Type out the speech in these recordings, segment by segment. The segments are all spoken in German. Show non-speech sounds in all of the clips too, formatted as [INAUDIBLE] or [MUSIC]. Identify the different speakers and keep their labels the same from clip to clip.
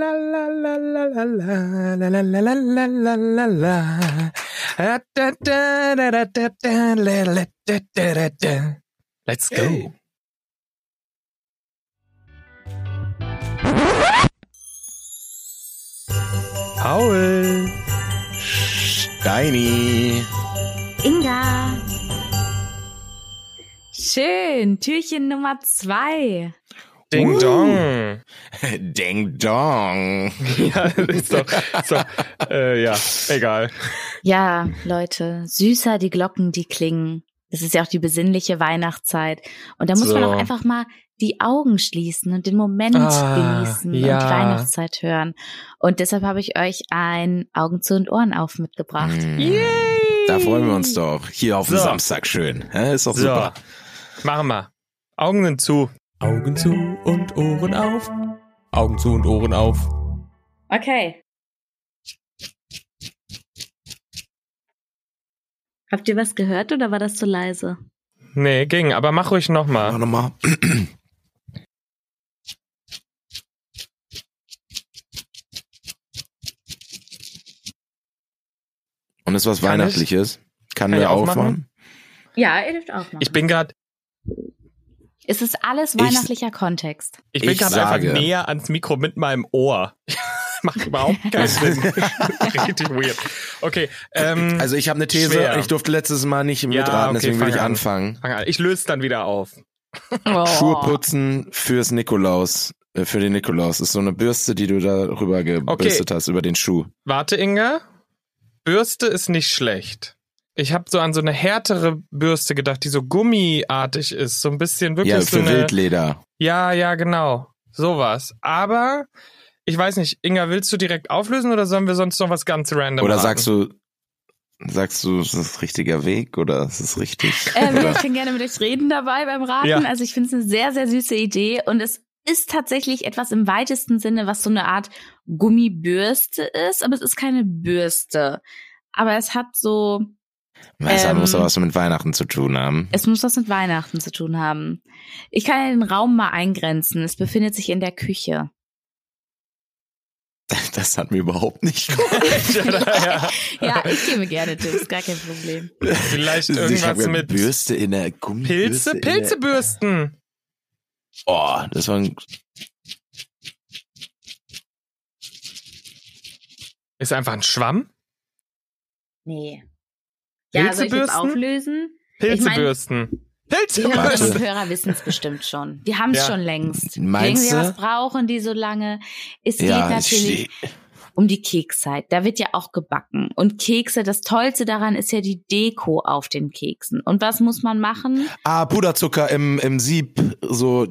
Speaker 1: La la la la la la la la la la la la la la. Ah, da, da, da, da, da, da, la, la, da, da, da, da. Let's go.
Speaker 2: Hey.
Speaker 1: Paul,
Speaker 2: Steini.
Speaker 3: Inga. Schön, Türchen Nummer zwei.
Speaker 1: Ding
Speaker 2: Uh.
Speaker 1: Dong.
Speaker 2: Ding Dong.
Speaker 1: [LAUGHS] Ja, ist doch, ist doch äh, ja, egal.
Speaker 3: Ja, Leute, süßer die Glocken, die klingen. Das ist ja auch die besinnliche Weihnachtszeit. Und da muss man
Speaker 1: So.
Speaker 3: auch einfach mal die Augen schließen und den Moment
Speaker 1: Ah,
Speaker 3: genießen und
Speaker 1: ja.
Speaker 3: Weihnachtszeit hören. Und deshalb habe ich euch ein Augen zu und Ohren auf mitgebracht.
Speaker 2: Hm. Da freuen wir uns doch. Hier auf dem
Speaker 1: So.
Speaker 2: Samstag schön. Hä, Ist doch
Speaker 1: So,
Speaker 2: super.
Speaker 1: machen wir. Augen sind zu.
Speaker 4: Augen zu und Ohren auf. Augen zu und Ohren auf.
Speaker 3: Okay. Habt ihr was gehört oder war das zu leise?
Speaker 1: Nee, ging, aber mach ruhig
Speaker 2: Mach
Speaker 1: nochmal.
Speaker 2: nochmal. Und ist was
Speaker 1: Kann
Speaker 2: Weihnachtliches? Kann,
Speaker 1: Kann ich
Speaker 2: wir
Speaker 1: aufmachen?
Speaker 2: aufmachen?
Speaker 3: Ja, ihr dürft auch machen.
Speaker 1: Ich bin gerade
Speaker 3: es ist alles
Speaker 2: Ich-
Speaker 3: weihnachtlicher Kontext.
Speaker 1: ich bin
Speaker 2: Ich
Speaker 1: gerade einfach
Speaker 2: sage-
Speaker 1: näher ans Mikro mit meinem Ohr. [LAUGHS] Macht überhaupt keinen Sinn. [LAUGHS] Richtig weird. Okay, ähm,
Speaker 2: Also ich habe eine These,
Speaker 1: schwer.
Speaker 2: ich durfte letztes Mal nicht mitraten,
Speaker 1: okay,
Speaker 2: deswegen will
Speaker 1: fang
Speaker 2: ich
Speaker 1: an.
Speaker 2: anfangen.
Speaker 1: fang an. ich löse dann wieder auf.
Speaker 2: [LAUGHS] Schuhe
Speaker 3: Oh.
Speaker 1: Oh.
Speaker 2: putzen fürs Nikolaus, äh, für den Nikolaus. Ist so eine Bürste, die du darüber gebürstet hast, über den Schuh.
Speaker 1: Warte, Inge. Bürste ist nicht schlecht. Ich habe so an so eine härtere Bürste gedacht, die so gummiartig ist, so ein bisschen wirklich
Speaker 2: Ja,
Speaker 1: so
Speaker 2: für
Speaker 1: eine
Speaker 2: Wildleder.
Speaker 1: Ja, ja, genau. Sowas. Aber ich weiß nicht, Inga, willst du direkt auflösen oder sollen wir sonst noch was ganz random
Speaker 2: Oder
Speaker 1: [LAUGHS]
Speaker 2: sagst du, sagst du, ist das richtiger Weg oder ist es richtig?
Speaker 3: Ähm,
Speaker 2: oder?
Speaker 3: ich kann gerne mit euch reden dabei beim Raten.
Speaker 1: Ja.
Speaker 3: Also ich finde es eine sehr, sehr süße Idee und es ist tatsächlich etwas im weitesten Sinne, was so eine Art Gummibürste ist, aber es ist keine Bürste. Aber es hat so,
Speaker 2: Weißt du,
Speaker 3: Ähm,
Speaker 2: muss doch was mit Weihnachten zu tun haben. [LAUGHS]
Speaker 3: es muss was mit Weihnachten zu tun haben. Ich kann ja den Raum mal eingrenzen. Es befindet sich in der Küche.
Speaker 2: Das hat mir überhaupt nicht
Speaker 1: [LAUGHS] ja, ja.
Speaker 3: Ja, ich gebe gerne Tipps, gar kein Problem.
Speaker 1: Vielleicht
Speaker 2: [LAUGHS] Ich hab
Speaker 1: irgendwas
Speaker 2: ja
Speaker 1: mit
Speaker 2: Bürste in der Gummi.
Speaker 1: Pilze, Pilzebürsten.
Speaker 2: Oh, das war ein,
Speaker 1: Ist einfach ein Schwamm?
Speaker 3: Nee. Ja, soll ich jetzt
Speaker 1: Pilzebürsten?
Speaker 3: auflösen?
Speaker 1: Pilzebürsten.
Speaker 3: Die Hörerinnen und
Speaker 1: Pilzebürsten.
Speaker 3: Hörer wissen es bestimmt schon. Die haben es
Speaker 1: Ja.
Speaker 3: schon längst.
Speaker 2: Meinst
Speaker 3: Irgendwie
Speaker 2: du?
Speaker 3: was brauchen die so lange? Es geht
Speaker 2: ja, ich
Speaker 3: natürlich
Speaker 2: steh-
Speaker 3: um die Kekszeit. Da wird ja auch gebacken. Und Kekse, das Tollste daran ist ja die Deko auf den Keksen. Und was muss man machen?
Speaker 2: Ah, Puderzucker im, im Sieb, so,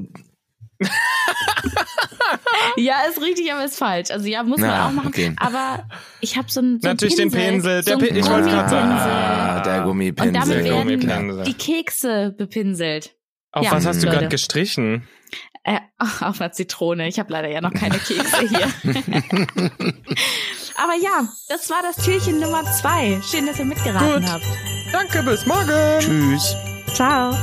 Speaker 3: Ja, ist richtig, aber ist falsch. Also ja, muss
Speaker 2: Na,
Speaker 3: man auch machen.
Speaker 2: okay.
Speaker 3: Aber ich habe so einen so einen
Speaker 1: Natürlich den Pinsel. Der
Speaker 3: so
Speaker 1: Pin-
Speaker 3: einen
Speaker 1: ich wollte gerade sagen.
Speaker 3: Gummipinsel.
Speaker 2: ah, der Gummipinsel.
Speaker 3: Und damit
Speaker 1: Pinsel,
Speaker 3: werden
Speaker 1: Gummipinsel.
Speaker 3: die Kekse bepinselt.
Speaker 1: Auf
Speaker 3: Ja. Hm.
Speaker 1: was hast du
Speaker 3: Leute.
Speaker 1: gerade gestrichen?
Speaker 3: Äh, [LAUGHS] ach, auf einer Zitrone. Ich habe leider ja noch keine Kekse hier. Aber ja, das war das Türchen Nummer zwei. Schön, dass ihr mitgeraten
Speaker 1: Gut.
Speaker 3: habt.
Speaker 1: Danke, bis morgen.
Speaker 2: Tschüss.
Speaker 3: Ciao.